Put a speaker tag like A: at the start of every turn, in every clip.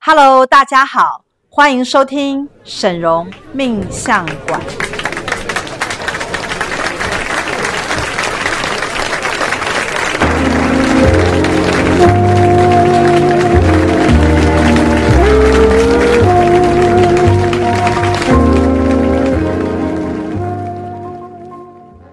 A: Hello，大家好，欢迎收听沈荣命相馆。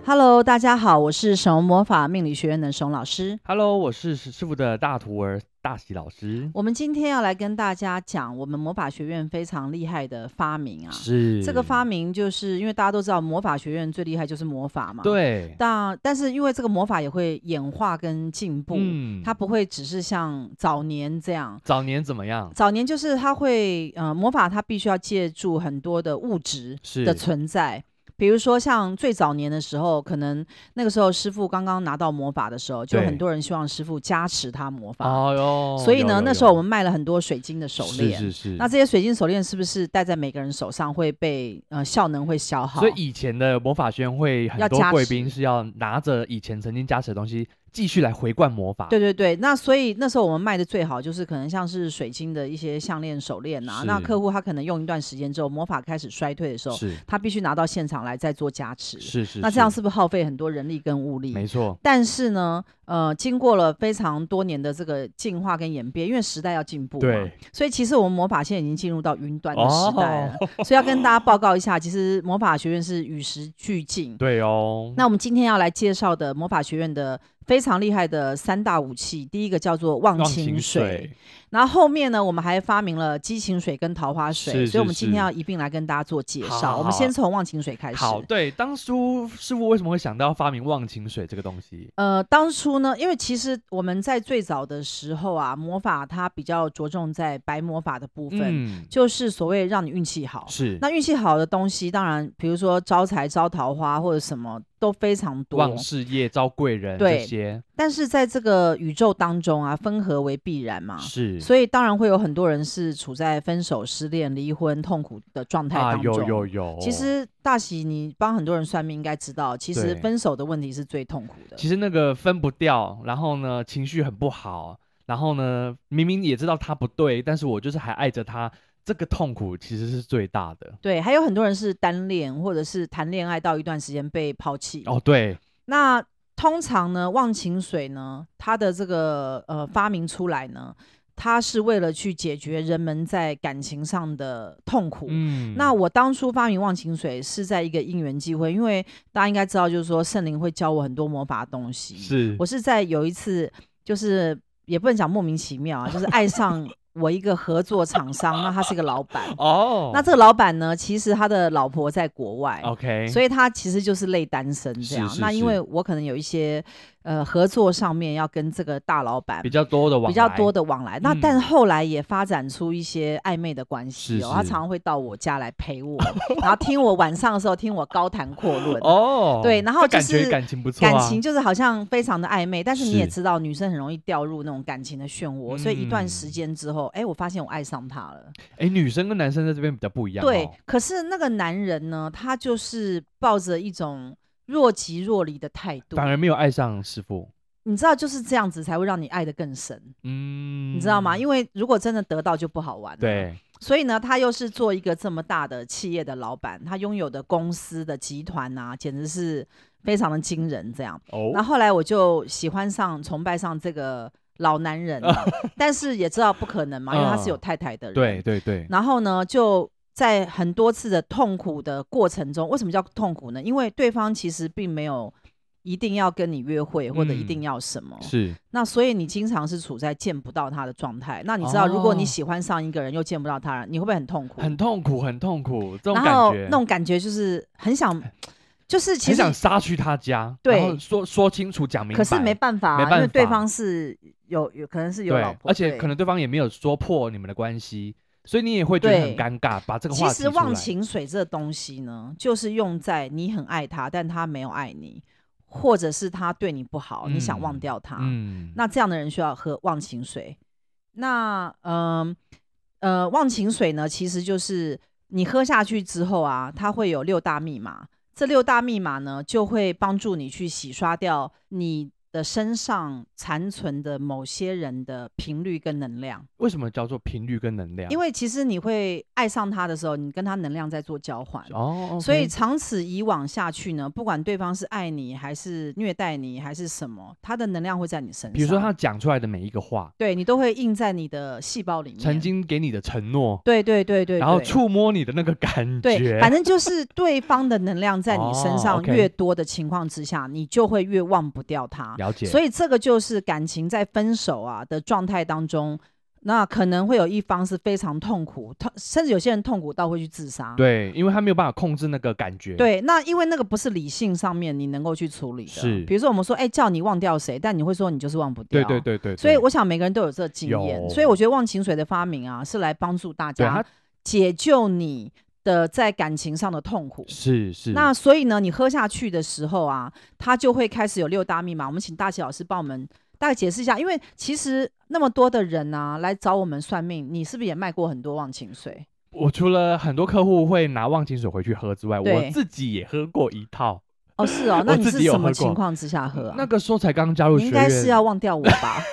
A: Hello，大家好，我是沈荣魔法命理学院的沈荣老师。
B: Hello，我是师师傅的大徒儿大喜老师。
A: 我们今天要来跟大家讲我们魔法学院非常厉害的发明啊。
B: 是
A: 这个发明，就是因为大家都知道魔法学院最厉害就是魔法嘛。。
B: 对，
A: 但但是因为这个魔法也会演化跟进步，
B: 嗯
A: 它不会只是像早年这样。
B: 早年怎 么样？
A: 早年就是它会呃魔法，它必须要借助很多的物质
B: 是
A: 的存在。比如说，像最早年的时候，可能那个时候师傅刚刚拿到魔法的时候，就
B: 对
A: 很多人希望师傅加持他魔法。
B: 哦哟，
A: 所以
B: 有
A: 呢
B: 有，
A: 那
B: 有
A: 时候我们卖了很多水晶的手链。
B: 是是是，
A: 那这些水晶手链是不是戴在每个人手上会被呃效能会消耗？
B: 所以以前的魔法学院会很
A: 要
B: 多
A: 加
B: 贵
A: 持
B: 宾是要拿着以前曾经加持的东西继续来回灌魔法。
A: 对对对，那所以那时候我们卖的最好就是可能像是水晶的一些项链、手链啊。
B: 是
A: 那客户他可能用一段时间之后，魔法开始衰退的时候，
B: 是
A: 他必须拿到现场来再做加持。
B: 是是，
A: 那这样是不是耗费很多人力跟物力？
B: 没错，
A: 但是呢，呃，经过了非常多年的这个进化跟演变，因为时代要进步嘛，
B: 对，
A: 所以其实我们魔法现在已经进入到云端的时代了，
B: 哦
A: 所以要跟大家报告一下，其实魔法学院是与时俱进。
B: 对哦，
A: 那我们今天要来介绍的魔法学院的非常厉害的三大武器，第一个叫做忘
B: 忘
A: 情
B: 情
A: 水，然后后面呢，我们还发明了激情水跟桃花水，
B: 是
A: 所以我们
B: 是
A: 今天
B: 是
A: 要一并来跟大家做介
B: 好
A: 绍。
B: 好
A: 我们
B: 好
A: 先从忘情水开始。
B: 好，对，当初师傅为什么会想到发明忘情水这个东西？
A: 呃，当初呢，因为其实我们在最早的时候啊，魔法它比较着重在白魔法的部分，
B: 嗯，
A: 就是所谓让你运气好。
B: 是
A: 那运气好的东西，当然，比如说招财、招桃花或者什么都非常多
B: 旺。事业、招贵人
A: 对
B: 这些
A: 但是在这个宇宙当中啊，分合为必然嘛，啊
B: 是
A: 所以当然会有很多人是处在分手、失恋、离婚、痛苦的状态
B: 啊，
A: 当中。
B: 有有有，
A: 其实大喜，你帮很多人算命，应该知道，其实
B: 对
A: 分手的问题是最痛苦的。
B: 其实那个分不掉，然后呢情绪很不好，然后呢明明也知道他不对，但是我就是还爱着他，这个痛苦其实是最大的。
A: 对，还有很多人是单恋，或者是谈恋爱到一段时间被抛弃。
B: 哦，对，
A: 那通常呢，忘情水呢，它的这个呃发明出来呢，它是为了去解决人们在感情上的痛苦。
B: 嗯，
A: 那我当初发明忘情水是在一个因缘机会，因为大家应该知道，就是说圣灵会教我很多魔法的东西。
B: 是
A: 我是在有一次，就是也不能讲莫名其妙啊，就是爱上我一个合作厂商，那他是一个老板，
B: 哦，
A: 那这个老板呢，其实他的老婆在国外。
B: OK，
A: 所以他其实就是类单身这
B: 是
A: 样。
B: 是
A: 那因
B: 是
A: 为我可能有一些呃合作上面要跟这个大老板
B: 比较多的往
A: 比较
B: 来
A: 多的往来，那
B: 嗯
A: 但后来也发展出一些暧昧的关系
B: 是
A: 哦。他
B: 是
A: 常常会到我家来陪 我，然后听我晚上的时候听我高谈阔论。
B: 哦，
A: 对然后
B: 那
A: 就
B: 感
A: 是
B: 觉感情不错、啊，
A: 感情就是好像非常的暧昧，但是你也
B: 是
A: 知道，女生很容易掉入那种感情的漩涡，所以一段时
B: 嗯
A: 间之后，哎、我发现我爱上他了。
B: 哎，女生跟男生在这边比较不一样、哦，
A: 对，可是那个男人呢，他就是抱着一种若即若离的态度，
B: 反而没有爱上师傅，
A: 你知道就是这样子才会让你爱得更深，
B: 嗯，
A: 你知道吗？
B: 为
A: 因为如果真的得到就不好玩。，
B: 对
A: 所以呢，他又是做一个这么大的企业的老板，他拥有的公司的集团啊，简直是非常的惊人。这样，
B: 哦
A: 那，后来我就喜欢上、崇拜上这个老男人 了，但是也知道不可能嘛，因为他是有
B: 嗯
A: 太太的人。
B: 对对对，
A: 然后呢，就在很多次的痛苦的过程中，为什么叫痛苦呢？因为对方其实并没有一定要跟你约会，或者一定
B: 嗯
A: 要什么。
B: 是
A: 那所以你经常是处在见不到他的状态。那你知道，如果你
B: 哦
A: 喜欢上一个人又见不到他人，你会不会很痛苦？
B: 很痛苦，很痛苦，这种
A: 然
B: 感
A: 后
B: 觉，
A: 那种感觉就是很想，就是其
B: 很
A: 实
B: 想杀去他家，
A: 对
B: 然后说说清楚讲明白，
A: 可是没办法、啊，
B: 没
A: 因为
B: 办
A: 对
B: 法
A: 方是有有可能是有
B: 对
A: 老，婆，
B: 而且
A: 对
B: 可能对方也没有说破你们的关系，所以你也会觉得很
A: 对
B: 尴尬，把这个
A: 其
B: 话题
A: 实
B: 出
A: 忘
B: 来
A: 情水这东西呢，就是用在你很爱他，但他没有爱你，或者是他对你不好，你想忘
B: 嗯
A: 掉他。
B: 嗯，
A: 啊那这样的人需要喝忘情水。那嗯呃忘情水呢，其实就是你喝下去之后啊，它会有六大密码。这六大密码呢，就会帮助你去洗刷掉你的身上残存的某些人的频率跟能量。
B: 为什么叫做频率跟能量？
A: 因
B: 为
A: 为其实你会爱上他的时候，你跟他能量在做交换。
B: 哦，OK，
A: 所以长此以往下去呢，不管对方是爱你还是虐待你还是什么，他的能量会在你身上。
B: 比如说他讲出来的每一个话，
A: 对你都会印在你的细胞里面。
B: 曾，经给你的承诺，
A: 对对对嗯对，
B: 然后
A: 对
B: 触摸你的那个感
A: 对，
B: 觉，
A: 反正就是对方的能量在你身
B: 哦
A: 上
B: ，OK
A: 越多的情况之下，你就会越忘不掉他。
B: 了解。
A: 所
B: 以
A: 以这个就是感情在分手啊的状态当中，那可能会有一方是非常痛苦，痛甚至有些人痛苦到会去自杀。
B: 对，因为他没有办法控制那个感觉，，
A: 对那因为那个不是理性上面你能够去处理的。
B: 是
A: 比如说我们说，哎、叫你忘掉谁，但你会说你就是忘不掉。
B: 对对。对对。
A: 所以
B: 对
A: 我想每个人都有这个经验，
B: 有
A: 所以我觉得忘情水的发明啊，是来帮助大
B: 对啊
A: 家
B: 他
A: 解救你的在感情上的痛苦。
B: 是是
A: 那所以呢，你喝下去的时候啊，它就会开始有六大密码。我们请大齐老师帮我们大概解释一下，因为其实那么多的人啊来找我们算命，你是不是也卖过很多忘情水？
B: 我除了很多客户会拿忘情水回去喝之外，我
A: 对
B: 自己也喝过一套。
A: 哦，是 哦，那
B: 我
A: 你
B: 自
A: 是
B: 己有
A: 什
B: 喝
A: 么
B: 过
A: 情况之下喝啊？
B: 那个时候才刚加入
A: 你
B: 学
A: 应
B: 院
A: 该，是要忘掉我吧？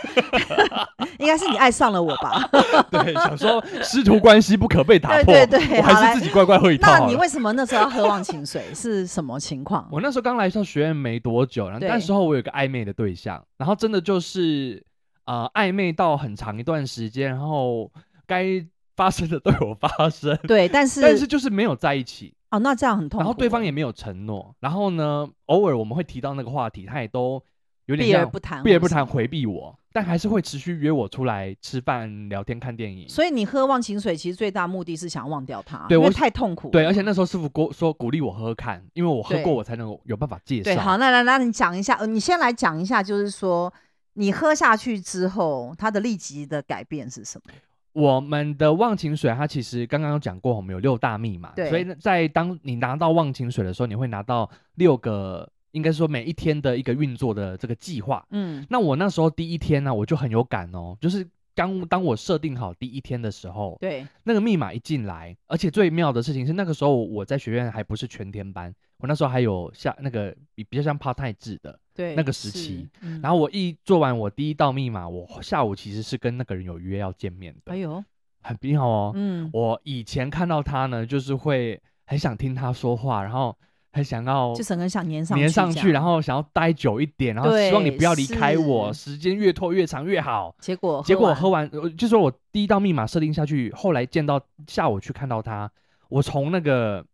A: 应该是你爱上了我吧？
B: 对，想说师徒关系不可被打
A: 对
B: 破，
A: 对对
B: 我
A: 好
B: 还
A: 来
B: 是自己乖乖 喝一套
A: 那
B: 好
A: 你
B: 了。
A: 为什么那时候要喝忘情水？是什么情况？
B: 我那时候刚来上学院没多久，然后
A: 对
B: 那时候我有一个暧昧的对象，然后真的就是呃暧昧到很长一段时间，然后该发生的都有发生，
A: 对，但是
B: 但是就是没有在一起。
A: 哦，那这样很痛苦。
B: 然后对方也没有承诺，然后呢，偶尔我们会提到那个话题，他也都有点
A: 避而
B: 像
A: 不谈，
B: 避而不谈，。回避我，但还是会持续约我出来吃饭、聊天、看电影。
A: 所以你喝忘情水其实最大目的是想忘掉他，
B: 对
A: 因为
B: 我
A: 太痛苦了。
B: 对，而且那时候师傅鼓说鼓励我喝喝看，因为我喝
A: 对
B: 过我才能有办法介
A: 对，
B: 绍。
A: 好，那来，那你讲一下，呃，你先来讲一下，就是说你喝下去之后，它的立即的改变是什么？
B: 我们的忘情水，它其实刚刚有讲过，我们有六大密码，
A: 对
B: 所以呢在当你拿到忘情水的时候，你会拿到六个，应该说每一天的一个运作的这个计划。
A: 嗯，
B: 那我那时候第一天呢、我就很有感哦，就是刚当我设定好第一天的时候，
A: 对，
B: 那个密码一进来，而且最妙的事情是，那个时候我在学院还不是全天班，我那时候还有下那个比比较像 part time 制的。
A: 对，
B: 那个时
A: 是
B: 期，
A: 嗯
B: 然后我一做完我第一道密码，我下午其实是跟那个人有约要见面的，
A: 哎呦，
B: 很妙哦。
A: 嗯，
B: 我以前看到他呢，就是会很想听他说话，然后很想要
A: 就整个人想粘上
B: 粘上
A: 这
B: 去，
A: 样
B: 然后想要待久一点，然后
A: 对
B: 希望你不要离开我，
A: 是
B: 时间越拖越长越好。
A: 结果
B: 结果我
A: 完
B: 喝完，呃就说我第一道密码设定下去，后来见到下午去看到他，我从那个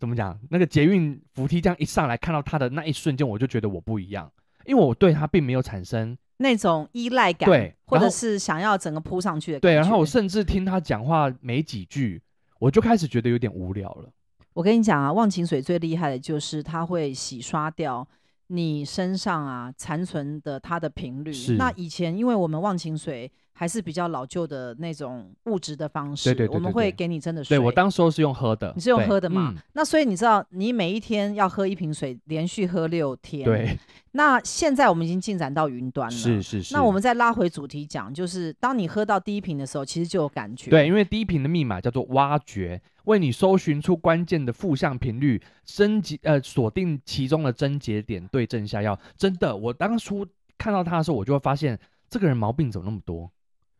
B: 怎么讲，那个捷运扶梯这样一上来看到他的那一瞬间，我就觉得我不一样，因为我对他并没有产生
A: 那种依赖感，
B: 对
A: 或
B: 然
A: 者
B: 后
A: 是想要整个扑上去的
B: 对，
A: 感
B: 然后我
A: 觉
B: 甚至听他讲话没几句，我就开始觉得有点无聊了。
A: 我跟你讲啊，忘情水最厉害的就是它会洗刷掉你身上啊残存的它的频率
B: 是。
A: 那以前因为我们忘情水还是比较老旧的那种物质的方式，
B: 对对对
A: 我们
B: 对
A: 会
B: 对
A: 给你真的水。
B: 对我当时候是用喝的，
A: 你是用
B: 对
A: 喝的嘛？
B: 嗯
A: 那所以你知道，你每一天要喝一瓶水，连续喝六天。。
B: 对，
A: 那现在我们已经进展到云端了。
B: 是。是是。
A: 那我们再拉回主题讲，就是当你喝到第一瓶的时候，其实就有感觉。
B: 对，因为第一瓶的密码叫做挖掘，为你搜寻出关键的负向频率，升级呃锁定其中的症结点，对症下药。真的，我当初看到他的时候，我就会发现这个人毛病怎么那么多，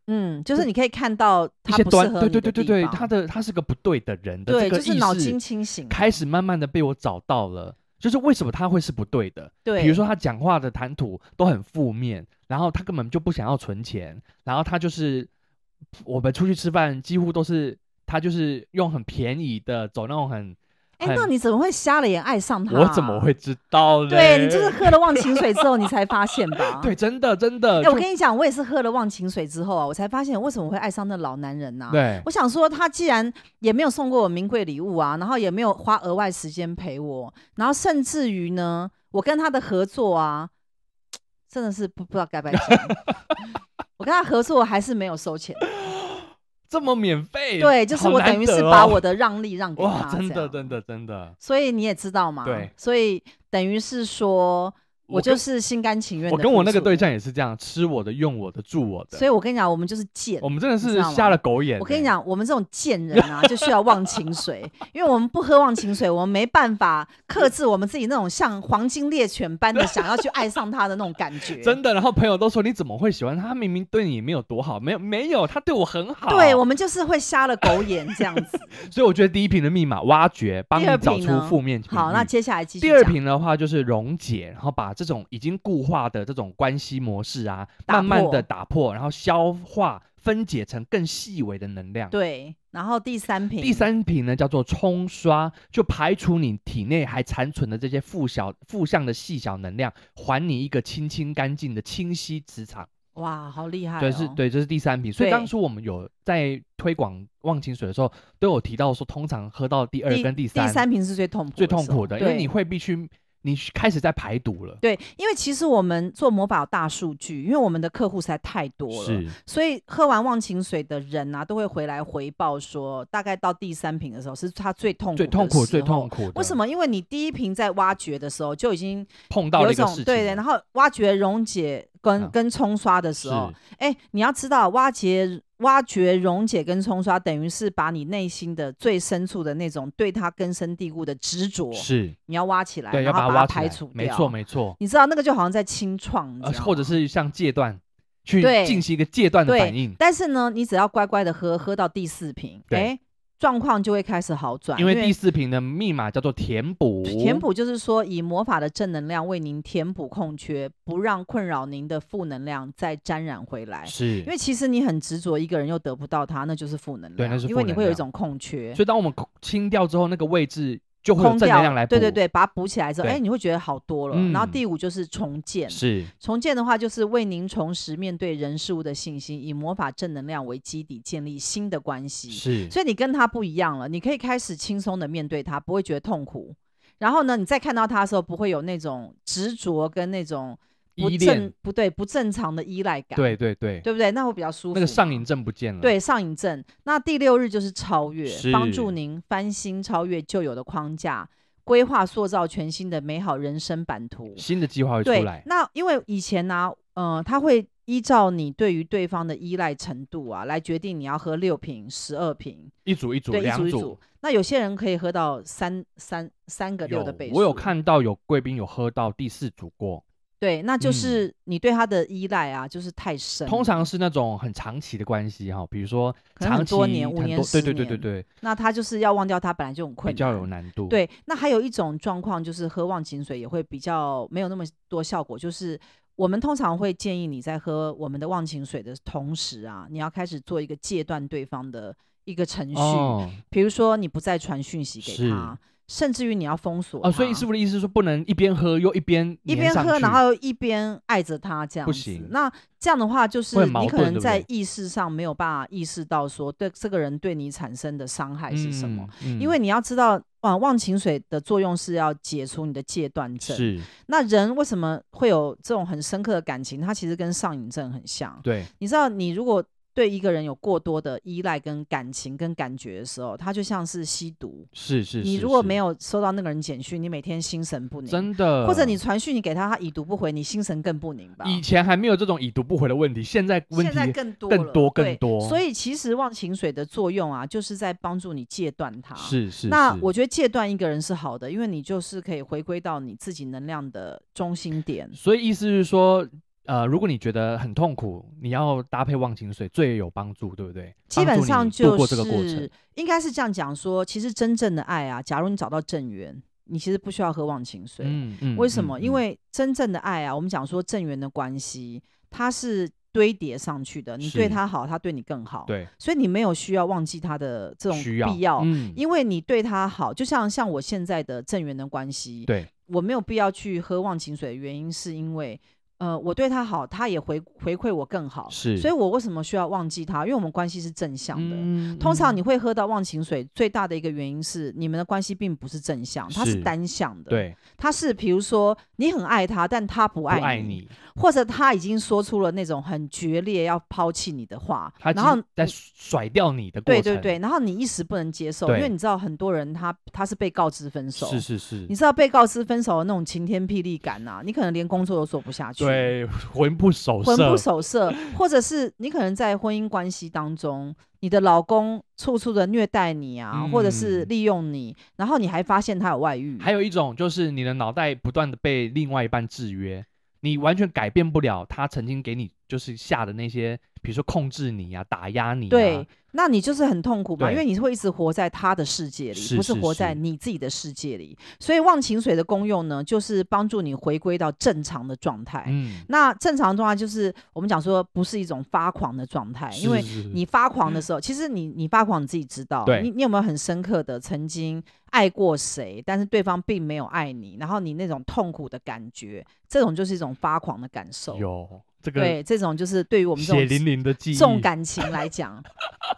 A: 嗯，就是你可以看到
B: 一
A: 它
B: 些
A: 不适合你
B: 端
A: 的
B: 对对对对对，
A: 地方
B: 他的他是个不对的人的
A: 对，
B: 这个
A: 就是
B: 意
A: 脑
B: 识
A: 筋清醒，
B: 开始慢慢的被我找到了。就是为什么他会是不对的？
A: 对，
B: 比如说他讲话的谈吐都很负面，然后他根本就不想要存钱，然后他就是我们出去吃饭几乎都是他就是用很便宜的，走那种很，
A: 哎、
B: 很
A: 那你怎么会瞎了眼爱上他、啊
B: 我怎么？会知道呢？？。
A: 对你就是喝了忘情水之后，你才发现吧
B: 对，真的真的，
A: 哎、
B: 就
A: 我跟你讲，我也是喝了忘情水之后啊，我才发现为什么会爱上那老男人呐、
B: 对
A: 我想说，他既然也没有送过我名贵礼物啊，然后也没有花额外时间陪我，然后甚至于呢，我跟他的合作啊，真的是不不知道该不该讲。 我跟他合作还是没有收钱，
B: 这么免费，
A: 对，就是
B: 哎好
A: 我
B: 难
A: 等于
B: 得
A: 是
B: 哦
A: 把我的让利让给他
B: 哇，，真
A: 这
B: 的
A: 样
B: 真的真的
A: 所以你也知道嘛，
B: 对
A: 所以等于是说，我就
B: 跟
A: 是心甘情愿。
B: 我跟我那个对，象也是这样，吃我的、用我的、住我的，
A: 所以我跟你讲，我们就是贱
B: 我。们真的
A: 知
B: 是
A: 道吗
B: 瞎了狗哦眼欸。
A: 我跟你讲，我们这种贱人啊，就需要忘情水，因为我们不喝忘情水，我们没办法克制我们自己那种像黄金猎犬般的想要去爱上他的那种感觉。
B: 真的，然后朋友都说你怎么会喜欢他？他明明对你没有多好，没有没有，他对我很好。
A: 对，我们就是会瞎了狗眼这样 子。
B: 所以我觉得第一瓶的密码挖掘，帮你
A: 第二
B: 找
A: 瓶
B: 出
A: 呢
B: 负面情绪。
A: 好，那接下来继续
B: 嗯第二
A: 讲
B: 瓶的话就是溶解，然后把这种已经固化的这种关系模式啊，
A: 打
B: 慢慢
A: 破
B: 的打破，然后消化分解成更细微的能量。
A: 对，然后第三瓶，
B: 第三瓶呢叫做冲刷，就排除你体内还残存的这些负小负向的细小能量，还你一个清清干净的清晰磁场。
A: 哇，好厉害、哦！
B: 对，是，对，这是第三瓶。所以
A: 对
B: 当初我们有在推广忘情水的时候，都有提到说，通常喝到第二
A: 第
B: 跟第
A: 第
B: 三
A: 三瓶是最痛苦的时
B: 最
A: 候，
B: 痛苦的，因为
A: 对
B: 你会必须你去开始在排毒了。
A: 对，因为其实我们做魔法有大数据，因为我们的客户实在太多了，
B: 是，
A: 所以喝完忘情水的人啊，都会回来回报说，大概到第三瓶的时候是他最痛苦
B: 最痛苦、最
A: 苦。
B: 痛苦的。
A: 为什么？因为你第一瓶在挖掘的时候就已经
B: 碰到
A: 有
B: 了
A: 一
B: 一个
A: 种
B: 事情？
A: 对对，然后挖掘、溶解跟、
B: 嗯
A: 跟冲刷的时候，
B: 是
A: 哎，你要知道，挖掘、挖掘、溶解跟冲刷，等于是把你内心的最深处的那种对它根深蒂固的执着，
B: 是，
A: 你要挖起来，
B: 对，
A: 然
B: 要
A: 后
B: 它
A: 把
B: 挖起
A: 排
B: 来
A: 除掉。
B: 没错，没错。
A: 你知道那个就好像在清创，你知
B: 呃，
A: 道吗
B: 或者是像戒断，去
A: 对
B: 进行一个戒断的反
A: 对
B: 应，，
A: 但是呢，你只要乖乖的喝，喝到第四瓶，
B: 对
A: 哎，状况就会开始好转，因
B: 因为第。四瓶的密码叫做填补，
A: 填补就是说，以魔法的正能量为您填补空缺，不让困扰您的负能量再沾染回来。
B: 是
A: 因。为其实你很执着一个人又得不到他，那就是负能量，
B: 对那是
A: 因为
B: 负
A: 你
B: 能
A: 会有一
B: 量
A: 种空缺，
B: 所以当我们空清掉之后，那个位置就会有
A: 空
B: 正
A: 掉
B: 能量来补。
A: 对对，对，把它补起来之后，
B: 对
A: 哎，你会觉得好多了。然后
B: 嗯
A: 第五就是重建，
B: 是
A: 重建的话就是为您重拾面对人事物的信心，以魔法正能量为基底建立新的关系。
B: 是。
A: 所以你跟他不一样了，你可以开始轻松的面对他，不会觉得痛苦。然后呢，你再看到他的时候，不会有那种执着跟那种不
B: 依
A: 正
B: 恋，
A: 不对不正常的依赖感，
B: 对对对，
A: 对不对？那会比较舒服嘛。
B: 那个上瘾症不见了。
A: 对上瘾症。那第六日就是超越，
B: 是
A: 帮助您翻新超越旧有的框架，规划塑造全新的美好人生版图。
B: 新的计划会出
A: 对
B: 来，。
A: 那因为以前呢、呃，他会依照你对于对方的依赖程度啊，来决定你要喝六瓶、十二瓶，
B: 一组一组，
A: 对，一组
B: 两
A: 一组。那有些人可以喝到三三三个六的
B: 有
A: 倍，数，
B: 我有看到有贵宾有喝到第四组过，
A: 对，那就
B: 嗯
A: 是你对他的依赖啊，就是太深了。
B: 通常是那种很长期的关系哈，比如说
A: 可能
B: 长
A: 很
B: 期
A: 多年五
B: 很
A: 年
B: 多对
A: 十
B: 对对对
A: 年
B: 对，
A: 那他就是要忘掉他本来就很困
B: 比
A: 难，
B: 较有难度。，
A: 对，那还有一种状况就是喝忘情水也会比较没有那么多效果，就是我们通常会建议你在喝我们的忘情水的同时啊，你要开始做一个戒断对方的一个程序，
B: 哦
A: 比如说你不再传讯息给
B: 是
A: 他，甚至于你要封锁
B: 哦，所以
A: 他
B: 师傅的意思是说，不能一边喝又一边
A: 嗯一
B: 粘
A: 边
B: 上
A: 喝，
B: 去
A: 然后一边爱着他，这样
B: 不
A: 子
B: 行
A: 那这样的话，就是
B: 会很矛
A: 你可
B: 盾
A: 能
B: 对不
A: 在
B: 对
A: 意识上没有办法意识到说，对这个人对你产生的伤害是什么。？
B: 嗯嗯
A: 因为你要知道，啊，忘情水的作用是要解除你的戒断症。
B: 是
A: 那人为什么会有这种很深刻的感情？它其实跟上瘾症很像。
B: 对
A: 你知道，你如果对一个人有过多的依赖、跟感情、跟感觉的时候，它就像是吸毒。
B: 是是，
A: 你
B: 是
A: 如果
B: 是
A: 没有收到那个人简讯，你每天心神不宁。
B: 真的，
A: 或者你传讯你给他，他已读不回，你心神更不宁吧？
B: 以前还没有这种已读不回的问题，现在问
A: 现在
B: 题
A: 更多
B: 更
A: 了
B: 多
A: 对
B: 更多
A: 所以其实忘情水的作用啊，就是在帮助你戒断它。
B: 是是。
A: 那
B: 是
A: 我觉得戒断一个人是好的，因为你就是可以回归到你自己能量的中心点。
B: 所以意思是说，呃，如果你觉得很痛苦，你要搭配忘情水最有帮助，对不对？
A: 基
B: 帮
A: 本
B: 助
A: 上
B: 你
A: 就是
B: 度过这个过程，
A: 应该是这样讲说，其实真正的爱啊，假如你找到正缘，你其实不需要喝忘情水。
B: 嗯嗯
A: 为什么？因
B: 嗯
A: 为真正的爱啊，我们讲说正缘的关系，它是堆叠上去的。你对
B: 是
A: 他好，他对你更好。
B: 对
A: 所以你没有需要忘记他的这种
B: 需
A: 必
B: 要
A: 要，
B: 嗯，
A: 因为你对他好，就像像我现在的正缘的关系，
B: 对
A: 我没有必要去喝忘情水的原因是因为。呃，我对他好，他也回回馈我更好，
B: 是
A: 所以我为什么需要忘记他？因为我们关系是正向的。
B: 嗯
A: 通常你
B: 嗯
A: 会喝到忘情水，最大的一个原因是你们的关系并不是正向，它
B: 是
A: 是单向的。，
B: 对
A: 它是比如说你很爱他，但他不
B: 不
A: 爱
B: 爱你，
A: 或者他已经说出了那种很决裂要抛弃你的话，
B: 他
A: 然
B: 只
A: 后
B: 是在甩掉你的过
A: 对
B: 程，
A: 对对，然后你一时不能接受，因
B: 对
A: 为你知道很多人他他是被告知分手，
B: 是是是
A: 你，知道被告知分手的那种晴天霹雳感呐、你可能连工作都做不下去，，
B: 对，魂不守舍，
A: 魂不守 舍，或者是你可能在婚姻关系当中，你的老公处处的虐待你啊，或者是
B: 嗯
A: 利用你，然后你还发现他有外遇，
B: 还有一种就是你的脑袋不断的被另外一半制约，你完全改变不了他曾经给你就是下的那些，比如说控制你啊、打压你、啊，
A: 对，，那你就是很痛苦嘛，
B: 对
A: 因为你会一直活在他的世界里，
B: 是
A: 不是
B: 是
A: 活在
B: 是
A: 你自己的世界里。所以忘情水的功用呢，就是帮助你回归到正常的状态。
B: 嗯，
A: 那正常的状态就是我们讲说，不是一种发狂的状态，哎因为
B: 是是嗯
A: 你发狂的时候，其实你你发狂你自己知道
B: 对，
A: 你你有没有很深刻的曾经爱过谁，但是对方并没有爱你，然后你那种痛苦的感觉，这种就是一种发狂的感受。
B: 有这个
A: 对，这种就是对于我们这
B: 血
A: 种
B: 淋淋的记忆，
A: 重感情来讲，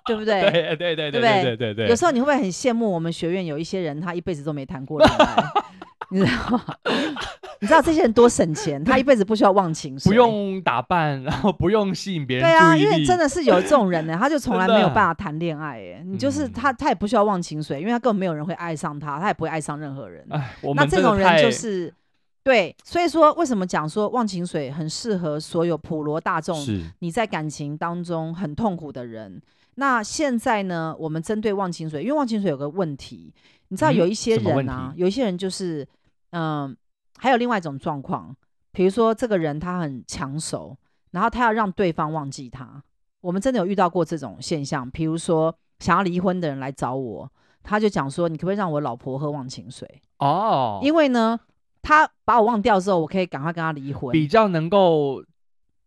A: 对不对？
B: 对对对
A: 对不
B: 对
A: 对
B: 对对对，
A: 有时候你会不会很羡慕我们学院有一些人，他一辈子都没谈过恋爱， 你知道吗？ 你知道这些人多省钱，他一辈子不需要忘情水，
B: 不。用打扮，然后不用吸引别
A: 对
B: 人
A: 啊，
B: 注意
A: 因为
B: 力
A: 真的是有这种人呢、他就从来
B: 真
A: 没
B: 的
A: 有办法谈恋爱、哎，你就是
B: 嗯
A: 他，他也不需要忘情水，因为他根本没有人会爱上他，他也不会爱上任何人。
B: 哎，我
A: 那
B: 们
A: 这
B: 真的
A: 种人
B: 太
A: 就是对，所以说为什么讲说忘情水很适合所有普罗大众
B: 是
A: 你在感情当中很痛苦的人。那现在呢，我们针对忘情水，因为忘情水有个问题，你知道
B: 嗯
A: 有一些
B: 什么问
A: 人啊，有一些人就是，嗯、还有另外一种状况，比如说这个人他很抢手，然后他要让对方忘记他。我们真的有遇到过这种现象，比如说想要离婚的人来找我，他就讲说，你可不可以让我老婆喝忘情水？
B: 哦，
A: 因为呢，他把我忘掉之后，我可以赶快跟他离婚。
B: 比较能够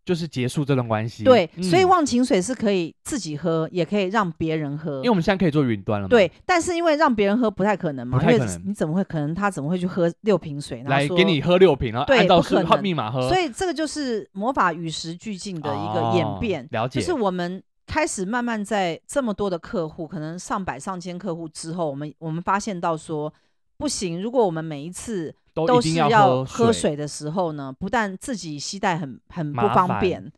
B: 就是结束这段关系，
A: 对，所以
B: 嗯
A: 忘情水是可以自己喝，也可以让别人喝
B: 因为。我们现在可以做云端了嘛，
A: 对，但是因为让别人喝不太可能嘛，
B: 不太
A: 因
B: 可
A: 为
B: 能
A: 你怎么会可能他怎么会去喝六瓶水？然后
B: 来
A: 说
B: 给你，喝六瓶，然后
A: 对
B: 按照
A: 不
B: 是
A: 可
B: 号
A: 能
B: 密码喝，
A: 所以这个就是魔法与时俱进的一个
B: 哦
A: 演变，
B: 了解，
A: 就是我们开始慢慢在这么多的客户，可能上百上千客户之后，我们我们发现到说。不行！如果我们每一次
B: 都
A: 都
B: 哦一定
A: 是
B: 要
A: 喝
B: 水，
A: 水的时候呢，不但自己携带很很不
B: 麻
A: 方
B: 烦
A: 便，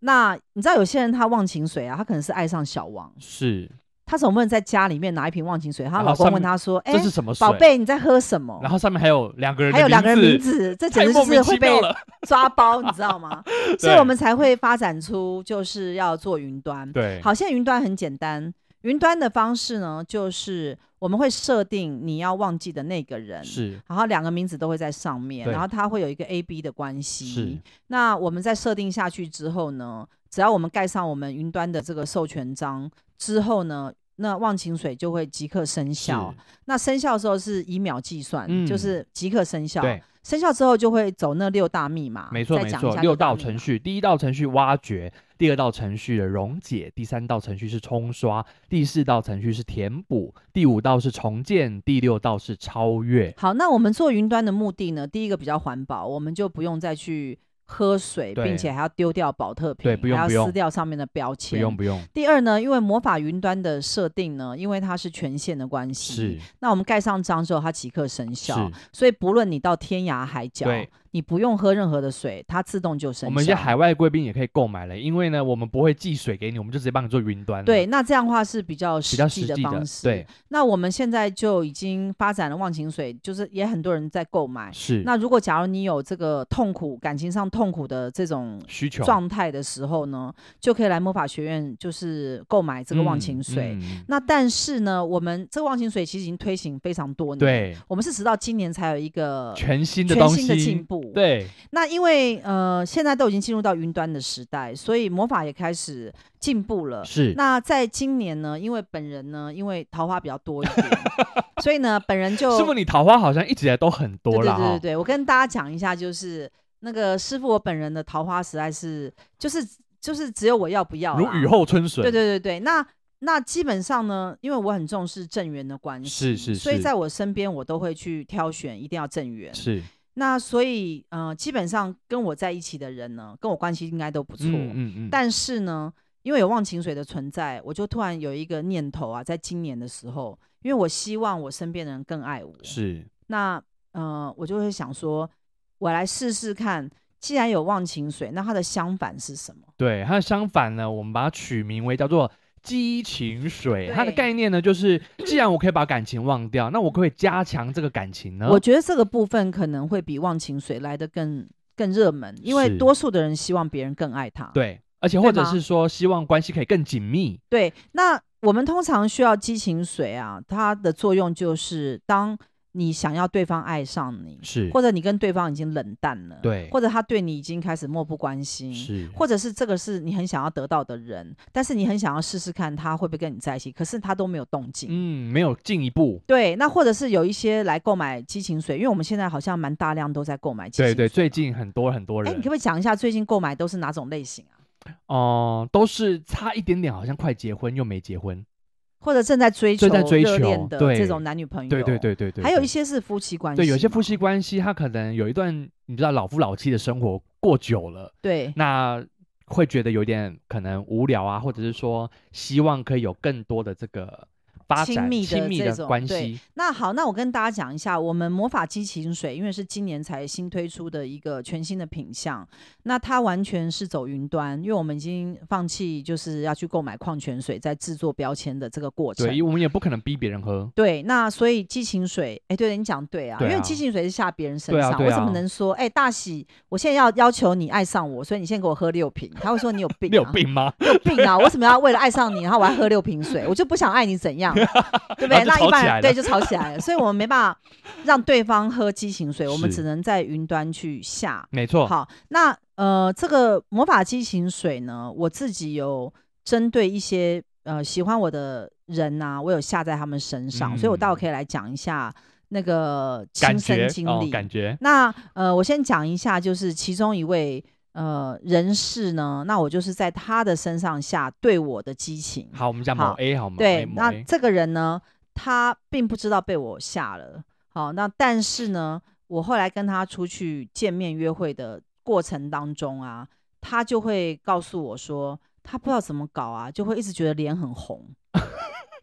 A: 那你知道有些人他忘情水啊，他可能是爱上小王，
B: 是，
A: 她总不能在家里面拿一瓶忘情水，她
B: 然后
A: 老公
B: 上
A: 问
B: 面
A: 她说：“哎
B: 这，是什么水？
A: 宝，贝，你在喝什么
B: 然后上面还有两个？”人，
A: 还有两个人名字，
B: 字，
A: 这简
B: 太
A: 直
B: 莫
A: 就
B: 名
A: 是
B: 其
A: 会
B: 妙
A: 被
B: 了。
A: 抓包，你知道 吗？所以我们才会发展出就是要做云端。
B: 对，
A: 好，现在云端很简单，云端的方式呢，就是我们会设定你要忘记的那个人，
B: 是
A: 然后两个名字都会在上面，
B: 对
A: 然后它会有一个 A B 的关系。
B: 是，
A: 那我们在设定下去之后呢，只要我们盖上我们云端的这个授权章之后呢，那忘情水就会即刻生效。那生效的时候是以秒计算，
B: 嗯
A: 就是即刻生效。
B: 对，
A: 生效之后就会走那六大密码。
B: 没错
A: 啊再
B: 没
A: 讲一
B: 错，
A: 下
B: 六
A: 大
B: 道
A: 密码
B: 程。序，第一道程序挖掘，第二道程序的溶解，第三道程序是冲刷，第四道程序是填补，第五道是重建，第六道是超越。
A: 好，那我们做云端的目的呢，第一个比较环保，我们就不用再去喝水，
B: 对
A: 并且还要丢掉保特瓶，
B: 对不用
A: 还
B: 不
A: 要
B: 用
A: 撕掉上面的标
B: 不
A: 签，
B: 用不用，
A: 第二呢，因为魔法云端的设定呢，因为它是权限的关
B: 是
A: 系，那我们盖上章之后，它即刻生
B: 是，
A: 效，所以不论你到天涯海角
B: 对，
A: 你不用喝任何的水，它自动就生效。
B: 我们一些海外贵宾也可以购买了，因为呢，我们不会寄水给你，我们就直接帮你做云端了。
A: 对，那这样的话是比较
B: 比
A: 实
B: 较
A: 际
B: 实
A: 的
B: 际的
A: 方，式。
B: 对，，
A: 那我们现在就已经发展了忘情水，就是也很多人在购买。
B: 是
A: 哎那如果假如你有这个痛苦、感情上痛苦的这种
B: 需求
A: 状态的时候呢，就可以来魔法学院，就是购买这个忘情水。
B: 嗯嗯
A: 那但是呢，我们这个忘情水其实已经推行非常多年，，
B: 对，
A: 我们是直到今年才有一个
B: 全新的
A: 呃全
B: 东
A: 新的
B: 西
A: 进，步。，
B: 对，
A: 那因为呃，现在都已经进入到云端的时代，所以魔法也开始进步了。
B: 是
A: 呃那在今年呢，因为本人呢，因为桃花比较多一 点，所以呢，本人就
B: 师傅，你桃花好像一直以来都很
A: 对
B: 多
A: 对
B: 了
A: 对对
B: 哈。
A: 对，我跟大家讲一下，就是那个师傅，我本人的桃花实在是就是就是只有我要不要
B: 如
A: 啦
B: 雨后春笋，
A: 对对对对，那那基本上呢，因为我很重视正缘的关系，
B: 是是
A: 所以
B: 是
A: 在我身边我都会去挑选，一定要正缘。
B: 是
A: 那所以，呃，基本上跟我在一起的人呢，跟我关系应该都不错。
B: 嗯嗯嗯，
A: 但是呢，因为有忘情水的存在，我就突然有一个念头啊，在今年的时候，因为我希望我身边的人更爱我，
B: 是
A: 那呃，我就会想说，我来试试看，既然有忘情水，那它的相反是什么？
B: 对它的相反呢，我们把它取名为叫做。激情水，它的
A: 对
B: 概念呢，就是既然我可以把感情忘掉，那我可不可以加强这个感情呢？
A: 我觉得这个部分可能会比忘情水来的更更热门，因为
B: 是
A: 多数的人希望别人更爱他。
B: 对，而且或者
A: 吗
B: 是说，希望关系可以更紧密。
A: 对，那我们通常需要激情水啊，它的作用就是当你想要对方爱上你，
B: 是
A: 或者你跟对方已经冷淡了，
B: 对
A: 或者他对你已经开始漠不关心，
B: 是
A: 或者是这个是你很想要得到的人，但是你很想要试试看他会不会跟你在一起，可是他都没有动静。
B: 嗯，没有进一步。
A: 对，那或者是有一些来购买激情水，因为我们现在好像蛮大量都在购买激情
B: 对
A: 水。
B: 对，最近很多很多
A: 哎，
B: 人
A: 你可不可以讲一下最近购买都是哪种类型啊？
B: 哦、都是差一点点，好像快结婚又没结婚。
A: 或者正在追求、
B: 正在追
A: 热恋
B: 求
A: 的
B: 对
A: 这种男女朋友？
B: 对对对对对，
A: 还有
B: 对
A: 一些是夫妻关系嘛，
B: 对，有些夫妻关系，他可能有一段你知道老夫老妻的生活过久了，
A: 对
B: 那会觉得有点可能无聊啊，或者是说希望可以有更多的这个发
A: 亲
B: 展
A: 密的
B: 亲密
A: 这
B: 的
A: 种
B: 关
A: 对
B: 系。
A: 那好，那我跟大家讲一下，我们魔法激情水，因为是今年才新推出的一个全新的品相，那它完全是走云端，因为我们已经放弃就是要去购买矿泉水在制作标签的这个过程
B: 对，。因为我们也不可能逼别人喝。
A: 对，那所以激情水，哎，对了，你讲对啊，
B: 对啊
A: 因为激情水是下别人身
B: 对啊
A: 上，
B: 对啊
A: 我怎么能说，哎，大喜，我现在要要求你爱上我，所以你现在给我喝六瓶，他会说你有病、啊，
B: 你有病吗？
A: 有病啊！我为什么要为了爱上你，然后我还喝六瓶水？我就不想爱你怎 样，对不对？
B: 然
A: 那
B: 后就
A: 一
B: 吵
A: 般
B: 起来
A: 人
B: 了
A: 对就吵起来了，所以我们没办法让对方喝激情 水，我们
B: 是
A: 只能在云端去下。
B: 没 错，
A: 好，那呃，这个魔法激情水呢，我自己有针对一些呃喜欢我的人呐、我有下在他们身上，所以我
B: 嗯
A: 倒可以来讲一下那个
B: 感
A: 亲身
B: 觉
A: 经
B: 哦
A: 历。，
B: 感觉
A: 那呃，我先讲一下，就是其中一位呃人士呢，那我就是在他的身上下对我的激情。
B: 好，我们讲某
A: 好
B: A 好吗？
A: 对
B: A，，某
A: 那
B: A
A: 这个人呢，他并不知道被我下了。好，那但是呢，我后来跟他出去见面约会的过程当中啊，他就会告诉我说，他不知道怎么搞啊，就会一直觉得脸很 红，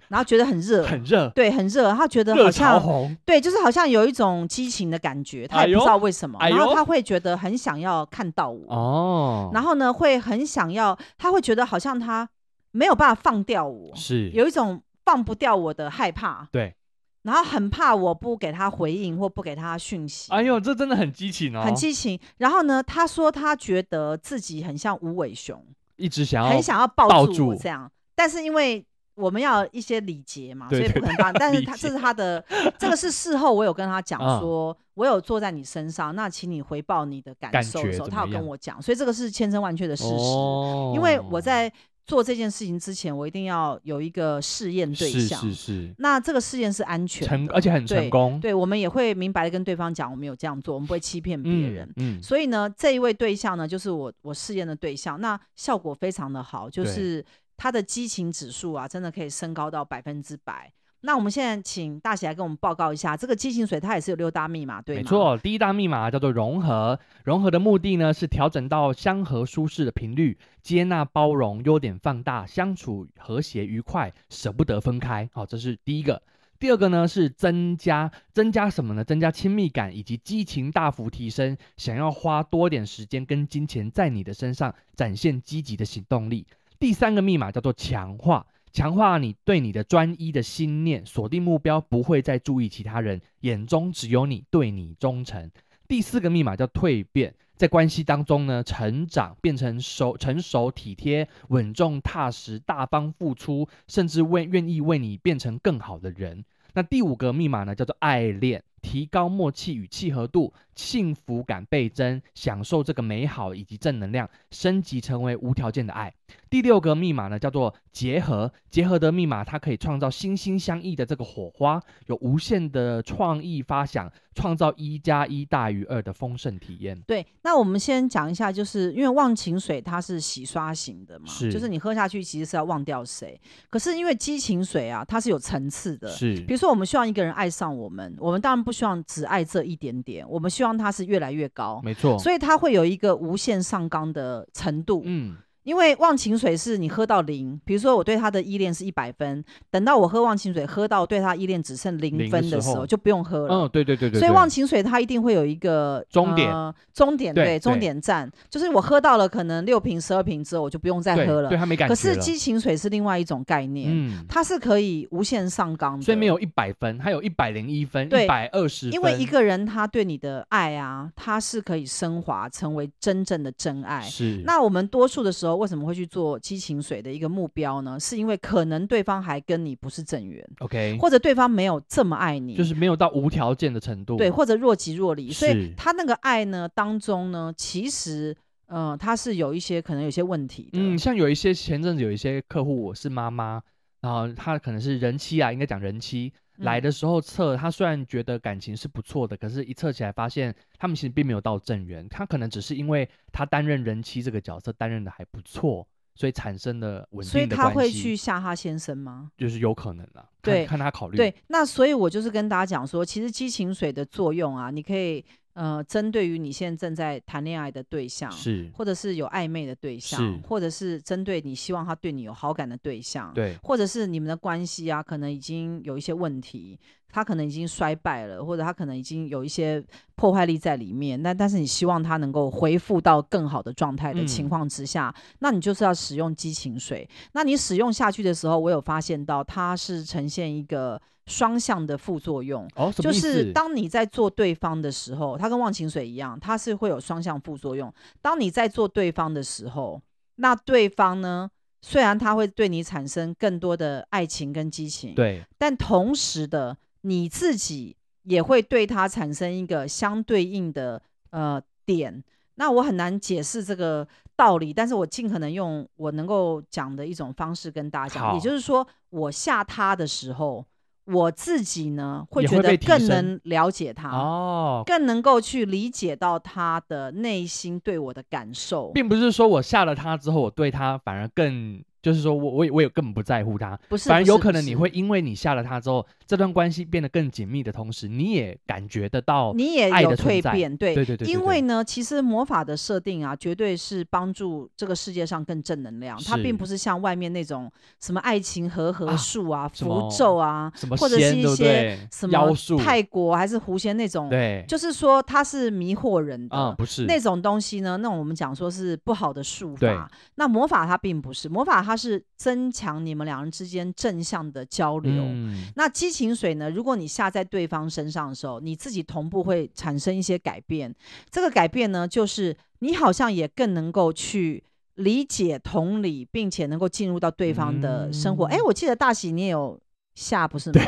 A: 然后觉得很热，
B: 很热，
A: 对，很热，他觉得
B: 热
A: 好
B: 潮
A: 像
B: 红，
A: 对，就是好像有一种激情的感觉，他
B: 哎
A: 也不
B: 呦
A: 知道为什么，
B: 哎
A: 然后
B: 呦
A: 他会觉得很想要看到我，
B: 哦，
A: 然后呢会很想要，他会觉得好像他没有办法放掉我，
B: 是
A: 有一种放不掉我的害怕，
B: 对，
A: 然后很怕我不给他回应或不给他讯息，
B: 哎呦，这真的很激情哦，
A: 很，激情。然后呢，他说他觉得自己很像无尾熊，
B: 一直想要，哦
A: 很想要抱
B: 抱
A: 住我
B: 住
A: 这样，但是因为。我们要一些礼节嘛，
B: 对
A: 所以
B: 对
A: 不可能当。但是
B: 礼
A: 他
B: 节
A: 这是他的，这个是事后我有跟他讲
B: 啊
A: 说，我有坐在你身上，那请你回报你的感
B: 感
A: 受的
B: 觉
A: 时候，
B: 怎
A: 他有
B: 么
A: 跟
B: 样
A: 我讲，所以这个是千真万确的事实。
B: 哦，
A: 因为我在做这件事情之前，我一定要有一个试验对
B: 是
A: 象，
B: 是是
A: 那这个试验是安全
B: 成，
A: 的
B: 而且很成
A: 对
B: 功，
A: 对，我们也会明白的跟对方讲，我们有这样做，我们不会欺骗别
B: 嗯，
A: 人。
B: 嗯，
A: 所以呢，这一位对象呢，就是我我试验的对象，那效果非常的好，就
B: 对
A: 是他的激情指数啊，真的可以升高到百分之百。那我们现在请大喜来跟我们报告一下，这个激情水它也是有六大密码，对吗？
B: 没，错，第一大密码叫做融合。融合的目的呢是调整到相合舒适的频率，接纳包容，优点放大，相处和谐愉快，舍不得分开。好、这是第一个。第二个呢是增加，增加什么呢？增加亲密感以及激情大幅提升，想要花多点时间跟金钱在你的身上，展现积极的行动力。第三个密码叫做强化，强化你对你的专一的心念，锁定目标，不会再注意其他人，眼中只有你，对你忠诚。第四个密码叫蜕变，在关系当中呢，成长变成熟、成熟、体贴、稳重、踏实、大方付出，甚至为愿意为你变成更好的人。那第五个密码呢，叫做爱恋，提高默契与契合度，幸福感倍增，享受这个美好以及正能量，升级成为无条件的爱。第六个密码呢，叫做结合。结合的密码，它可以创造心心相印的这个火花，有无限的创意发想，创造一加一大于二的丰盛体验。
A: 对。那我们先讲一下，就是因为忘情水它是洗刷型的嘛，就是是你喝下去其实是要忘掉谁，可是因为激情水啊，它是有层次的，
B: 是
A: 比如说，我们希望一个人爱上我们，我们当然不希望只爱这一点点，我们希望它是越来越高，
B: 没错，
A: 所以它会有一个无限上纲的程度。
B: 嗯，
A: 因为忘情水是你喝到零，比如说我对他的依恋是一百分，等到我喝忘情水喝到对他依恋只剩零
B: 零
A: 分
B: 的
A: 的
B: 时
A: 时候，
B: 候
A: 就不用喝了。
B: 嗯，对对对对，
A: 所以
B: 对
A: 忘情水它一定会有一个
B: 终点
A: 呃终点
B: 对
A: 对终
B: 对
A: 点站，就是我喝到了可能六瓶、十二瓶之后，我就不用再
B: 对
A: 喝了
B: 对。他没感觉
A: 可
B: 了，
A: 是激情水是另外一种概念，
B: 嗯，
A: 它是可以无限上纲的。
B: 所以没有一百分，他有一百零一分，
A: 对
B: 一百二十分，
A: 因为一个人他对你的爱啊，他是可以升华成为真正的真爱。
B: 是
A: 那我们多数的时候为什么会去做激情水的一个目标呢？是因为可能对方还跟你不是正缘，
B: OK，
A: 或者对方没有这么爱你，
B: 嗯就是没有到无条件的程度，
A: 对，或者若即若离。所以
B: 是
A: 他那个爱呢当中呢，其实呃，他是有一些可能有些问题的。
B: 嗯，像有一些前阵子有一些客户我是妈妈，然后她可能是人妻啊，应该讲人妻。来
A: 嗯
B: 的时候测，她虽然觉得感情是不错的，可是一测起来发现他们其实并没有到正缘，她可能只是因为她担任人妻这个角色担任的还不错，所以产生了稳
A: 所以
B: 定的
A: 他
B: 关
A: 会去
B: 系，
A: 吓他先生吗？
B: 就是有可能啦，看
A: 对
B: 看她考虑，
A: 对，那所以我就是跟大家讲说，其实激情水的作用啊，你可以呃，针对于你现在正在谈恋爱的对象，
B: 是，
A: 或者是有暧昧的对象
B: 是，
A: 或者是针对你希望他对你有好感的对象，
B: 对，
A: 或者是你们的关系啊，可能已经有一些问题，他可能已经衰败了，或者他可能已经有一些破坏力在里面。那但是你希望他能够恢复到更好的状态的情
B: 嗯
A: 况之下，那你就是要使用激情水。那你使用下去的时候，我有发现到它是呈现一个双向的副作用。
B: 哦，什
A: 就
B: 么意
A: 是
B: 思？
A: 当你在做对方的时候，它跟忘情水一样，它是会有双向副作用。当你在做对方的时候，那对方呢，虽然他会对你产生更多的爱情跟激情，
B: 对，
A: 但同时的你自己也会对他产生一个相对应的呃点。那我很难解释这个道理，但是我尽可能用我能够讲的一种方式跟大家讲，也
B: 好
A: 就是说，我下他的时候，我自己呢会
B: 也
A: 觉
B: 会
A: 得
B: 被提
A: 更
B: 升
A: 能了解他，
B: 哦，
A: 更能够去理解到他的内心对我的感受，
B: 并不是说我下了她之后，我对她反而更，就是说我我也我也根本不在乎她，
A: 不是，
B: 反而
A: 不是
B: 有
A: 不
B: 可能你
A: 是
B: 会因为你下了他之后，这段关系变得更紧密的同时，你也感觉得到，
A: 你也
B: 哦爱
A: 有
B: 的存
A: 蜕
B: 在
A: 变，对
B: 对对对对
A: 因
B: 对
A: 为呢，其实魔法的设定啊，绝对是帮助这个世界上更正能量，它并
B: 是
A: 不是像外面那种什么爱情和合
B: 啊
A: 术啊、
B: 什
A: 符
B: 么
A: 咒啊，
B: 什么
A: 或者是
B: 仙
A: 一
B: 对不
A: 些
B: 对？
A: 什
B: 妖
A: 么
B: 术
A: 泰国还是狐仙那种，
B: 对，
A: 就是说它是迷惑人的。
B: 啊、不是
A: 那种东西呢？那种我们讲说是不好的术
B: 对
A: 法，那魔法它并不是，魔法它是增强你们两人之间正向的交流。
B: 嗯
A: 那激情水呢？如果你下在对方身上的时候，你自己同步会产生一些改变。这个改变呢，就是你好像也更能够去理解、同理，并且能够进入到对方的生活。哎、
B: 嗯
A: 我记得大喜你也有下不是吗？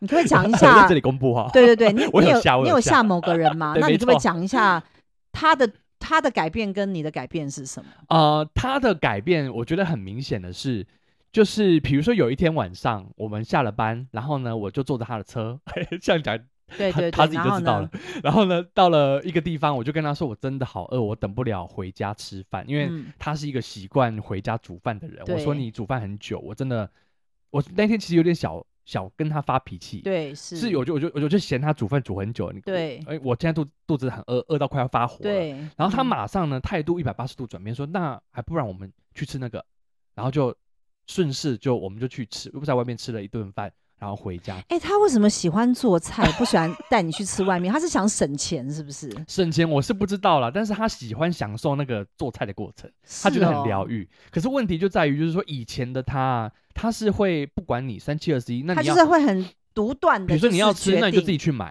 A: 你可不可以讲一
B: 我
A: 下
B: 在这？里公布哈，
A: 对对对，你
B: 我
A: 你
B: 有下我
A: 你
B: 有
A: 有
B: 下
A: 下某个人吗？
B: 对
A: 那你
B: 没
A: 可不可以
B: 错
A: 讲一下他的他的改变跟你的改变是什么？
B: 呃，他的改变我觉得很明显的是。就是比如说有一天晚上我们下了班，然后呢我就坐着他的车， 这样讲
A: 对
B: 他
A: 对
B: 他
A: 对，
B: 自己
A: 然
B: 就
A: 后
B: 知道
A: 呢
B: 了？。然后呢到了一个地方，我就跟他说我真的好饿，我等不了回家吃饭，因为
A: 嗯，
B: 他是一个习惯回家煮饭的人。我说
A: 对
B: 你煮饭很久，我真的，我那天其实有点小小跟他发脾气，，
A: 对，是
B: 是我就我就我就就嫌他煮饭煮很久，你
A: 对
B: 哎、我现在肚肚子很饿，饿到快要发火了。，
A: 对，
B: 然后他
A: 嗯
B: 马上呢态度一百八十度转变，说那还不然我们去吃那个，然后就顺势就我们就去吃，又不在外面吃了一顿饭，然后回 家。
A: 哎、他为什么喜欢做菜，不喜欢带你去吃外面？他是想省钱是不是？
B: 省钱我是不知道啦，但是他喜欢享受那个做菜的过程。他觉
A: 是
B: 得
A: 哦
B: 很疗，愈。可是问题就在于，就是说以前的他啊，他是会不管你三七二十一，那
A: 他
B: 你
A: 就是
B: 要
A: 会很独断的。
B: 比如说你要吃，那你就自己
A: 定，
B: 去买。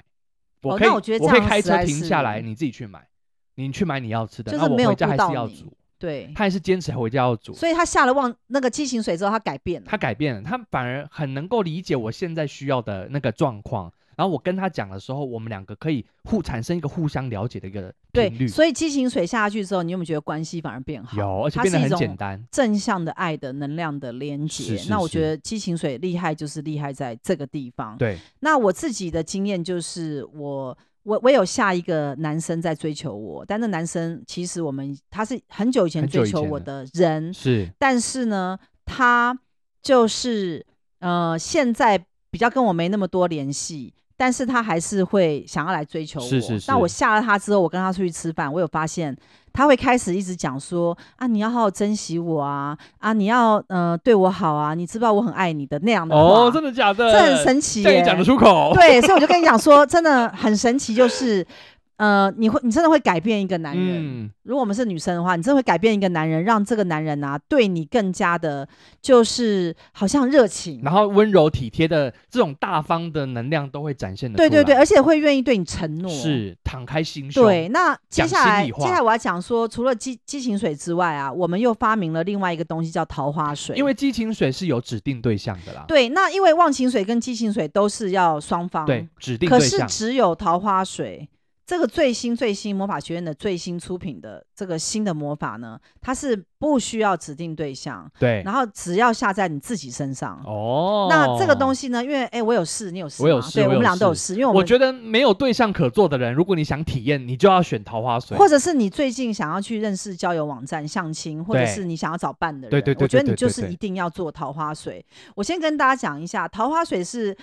A: 哦
B: 我可以，
A: 那我觉得这
B: 可以
A: 样
B: 开
A: 实
B: 车
A: 在
B: 停
A: 是
B: 下来，你自己去买。你去买你要吃的，
A: 就
B: 那
A: 是没
B: 我
A: 有
B: 回家
A: 顾
B: 还
A: 到
B: 是要
A: 你
B: 煮，
A: 对，
B: 他还是坚持回家要煮。
A: 所以他下了忘那个激情水之后，他改变了。
B: 他改变了，他反而很能够理解我现在需要的那个状况。然后我跟他讲的时候，我们两个可以互产生一个互相了解的一个频
A: 对，
B: 率，
A: 所以激情水下去之后，你有没有觉得关系反而变好？
B: 有，而且
A: 它
B: 变得
A: 是一
B: 很
A: 种
B: 简单。
A: 正向的爱的能量的连接，
B: 是是
A: 那我觉
B: 是
A: 得激情水厉害就是厉害在这个地方。
B: 对，
A: 那我自己的经验就是我。我我有下一个男生在追求我，但那男生其实我们他是很久以前
B: 很久
A: 追
B: 以
A: 求
B: 前
A: 我
B: 了
A: 的人，
B: 是
A: 但是呢，他就是呃，现在比较跟我没那么多联系，但是他还是会想要来追求我。
B: 是是是
A: 那我下了他之后，我跟他出去吃饭，我有发现他会开始一直讲说啊，你要好好珍惜我啊，啊，你要呃对我好啊，你知不知道我很爱你的那样的话。
B: 哦，真的假的？
A: 这很神奇
B: 这样
A: 耶
B: 也！讲得出口？
A: 对，所以我就跟你讲说，真的很神奇，就是呃，你会你真的会改变一个男人。
B: 嗯，
A: 如果我们是女生的话，你真的会改变一个男人，让这个男人啊对你更加的，就是好像热情，
B: 然后温柔体贴的这种大方的能量都会展现的。
A: 对对对，，而且会愿意对你承诺。。
B: 是敞开心胸。
A: 对，，那接
B: 讲
A: 下
B: 心
A: 来，
B: 里
A: 接
B: 话
A: 下来我要讲说，除了激激情水之外啊，我们又发明了另外一个东西叫桃花水。
B: 因为激情水是有指定对象的啦。
A: 对，那因为忘情水跟激情水都是要双方，
B: 对，指定
A: 可
B: 对
A: 是
B: 象。
A: 只有桃花水这个最新最新魔法学院的最新出品的这个新的魔法呢，它是不需要指定对象，
B: 对，
A: 然后只要下在你自己身上。
B: 哦，
A: 那这个东
B: 西。
A: 西呢，因为哎、我有事，你有事吗，
B: 我有事
A: 对
B: 我
A: 我们
B: 有
A: 俩都有事，
B: 事
A: 因为我
B: 我
A: 们
B: 觉得没有对象可做的人，如果你想体验，你就要选桃花水。
A: 或者是你最近想要去认识交友网站、相亲，或者
B: 对
A: 是你想要找伴的人，
B: 对对对
A: 我觉得
B: 对
A: 你
B: 对
A: 就
B: 对
A: 是
B: 对
A: 一定要做桃花水。我先跟大家讲一下，桃花水是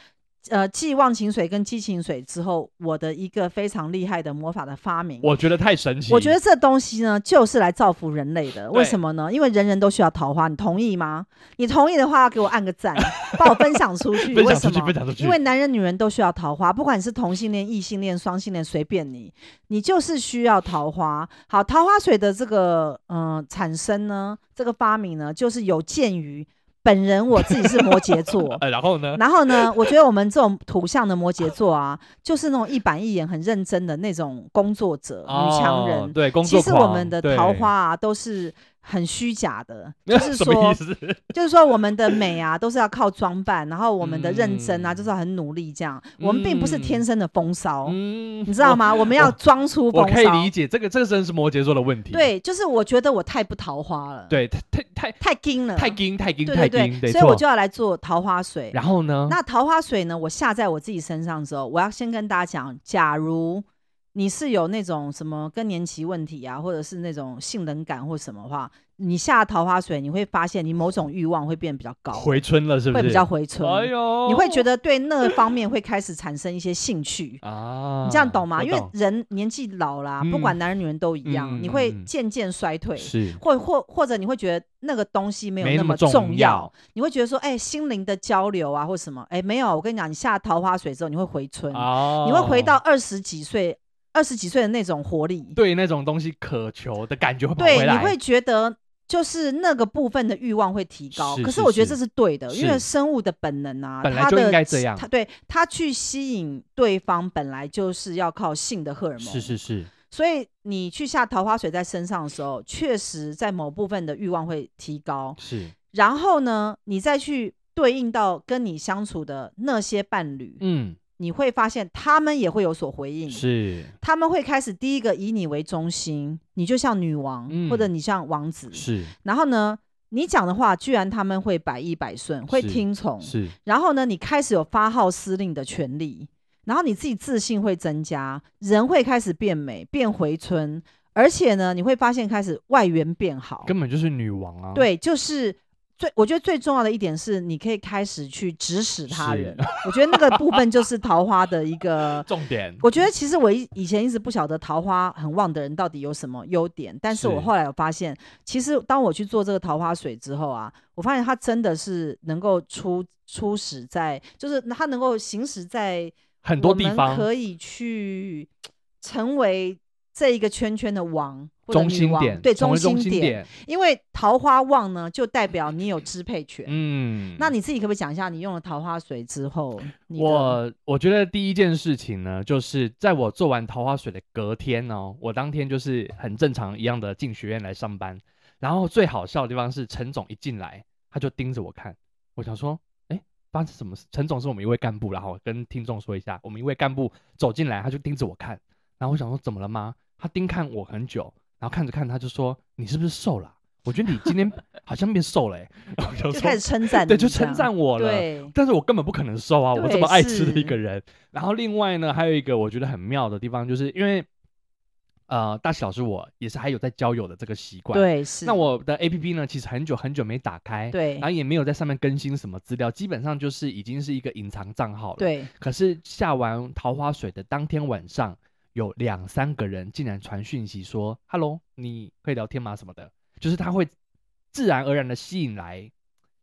A: 呃继忘情水跟激情水之后，我的一个非常厉害的魔法的发明。
B: 我觉得太神奇。
A: 我觉得这东西呢，就是来造福人类的。为什么呢？因为人人都需要桃花，你同意吗？你同意的话，给我按个 赞，帮我分享出去。
B: 分
A: 为
B: 享出
A: 什
B: 去，
A: 么
B: 分？享出去。
A: 因为男人、女人都需要桃花，不管是同性恋、异性恋、双性恋，随便你，你就是需要桃花。好，桃花水的这个嗯、呃产生呢，这个发明呢，就是有鉴于本人我自己是摩羯
B: ，
A: 座
B: 呃，然后呢？
A: 然后呢，我觉得我们这种土象的摩羯座啊，就是那种一板一眼、很认真的那种工作者、女强
B: 哦
A: 人。
B: 对工
A: 其
B: 作
A: 实我
B: 狂
A: 们的
B: 对
A: 桃花啊，都是很虚假的，就是
B: 什么
A: 说
B: 意，思？
A: 就是说我们的美啊，都是要靠装扮，然后我们的认真啊，
B: 嗯
A: 就是要很努力这样。我们并不是天生的风骚，
B: 嗯
A: 哦你知道？吗？我们要装出
B: 我
A: 风
B: 我可以
A: 骚
B: 理。解这个，这个真的是摩羯座的问题。
A: 对，就是我觉得我太不桃花了，，
B: 对，太太太
A: 太硬了，
B: 太硬太
A: 嗯
B: 硬
A: 对
B: 太
A: 对
B: 硬，
A: 对，
B: 没
A: 所以我
B: 错。
A: 就要来做桃花水。
B: 然后呢？
A: 那桃花水呢？我下在我自己身上之后，我要先跟大家讲，假如你是有那种什么更年期问题啊，或者是那种性冷感或什么的话，你下桃花水，你会发现你某种欲望会变得比较高，
B: 回春了是不
A: 会
B: 是？
A: 比较回春。
B: 哎呦，
A: 你会觉得对那方面会开始产生一些兴 趣。
B: 啊？
A: 你这样懂吗？
B: 我
A: 因为人年纪老啦、不
B: 嗯
A: 管男人女人都一样，
B: 嗯
A: 你
B: 嗯
A: 会
B: 嗯
A: 渐渐衰退，
B: 是
A: 或或或者你会觉得那个东西没有
B: 没
A: 那
B: 那
A: 么
B: 么
A: 重
B: 重要，
A: 你会觉得说，哎、心灵的交流啊，或什么，哎、没有。我跟你讲，你下桃花水之后，你会回春，
B: 啊，
A: 你会回到二十几岁、二十几岁的那种活力，
B: 对那种东西渴求的感觉会跑
A: 对
B: 回
A: 你
B: 来。
A: 会觉得。就是那个部分的欲望会提高，
B: 是
A: 可
B: 是
A: 我觉得
B: 是
A: 这是对的，因为
B: 是
A: 生物的本能啊，
B: 本来
A: 它
B: 就
A: 的
B: 应该这样
A: 它对它去吸引对方本来就是要靠性的荷尔蒙，
B: 是是是，
A: 所以你去下桃花水在身上的时候，确实在某部分的欲望会提高，
B: 是，
A: 然后呢，你再去对应到跟你相处的那些伴侣，
B: 嗯，
A: 你会发现他们也会有所回应，
B: 是
A: 他们会开始第一个以你为中心，你就像女王，
B: 嗯
A: 或者你像王子，
B: 是
A: 然后呢，你讲的话居然他们会百依百顺，会
B: 是
A: 听从，
B: 是，
A: 然后呢，你开始有发号施令的权利，然后你自己自信会增加，人会开始变美，变回春，而且呢，你会发现开始外缘变好，
B: 根本就是女王啊。，
A: 对，就是最我觉得最重要的一点是，你可以开始去指使他
B: 是。
A: 人。我觉得那个部分就是桃花的一个
B: 重点。
A: 我觉得其实我以以前一直不晓得桃花很旺的人到底有什么优点，但是我
B: 是
A: 后来有发现，其实当我去做这个桃花水之后啊，我发现它真的是能够出出使在，就是它能够行使在
B: 很多
A: 我
B: 地
A: 们
B: 方
A: 可以去成为这一个圈圈的王或者
B: 中
A: 女
B: 心
A: 王
B: 点，
A: 对
B: 成为中
A: 心点，
B: 点，
A: 因为桃花旺呢，就代表你有支配权。
B: 嗯，
A: 那你自己可不可以讲一下，你用了桃花水之后，你的
B: 我我觉得第一件事情呢，就是在我做完桃花水的隔天哦，我当天就是很正常一样的进学院来上班。然后最好笑的地方是，陈总一进来他就盯着我看，我想说，哎，发生什么事？陈总是我们一位干部啦，然后跟听众说一下，我们一位干部走进来，他就盯着我看，然后我想说怎么了吗？他盯看我很久，然后看着看他就说，你是不是瘦了啊？我觉得你今天好像变瘦了、欸，然 后我想
A: 就开始，
B: 说
A: 称赞你这 样，
B: 对，就称赞我了，
A: 对，
B: 但是我根本不可能瘦啊，我
A: 对
B: 这么爱吃的
A: 是
B: 一个人。然后另外呢，还有一个我觉得很妙的地方，就是因为呃，大喜老师我也是还有在交友的这个习惯。，
A: 对，是。
B: 那我的 A P P 呢，其实很久很久没打开，，
A: 对
B: 然后也没有在上面更新什么资料，基本上就是已经是一个隐藏账号了。，
A: 对，
B: 可是下完桃花水的当天晚上，有两三个人竟然传讯息说：“Hello，你可以聊天吗？”什么的，就是他会自然而然的吸引来，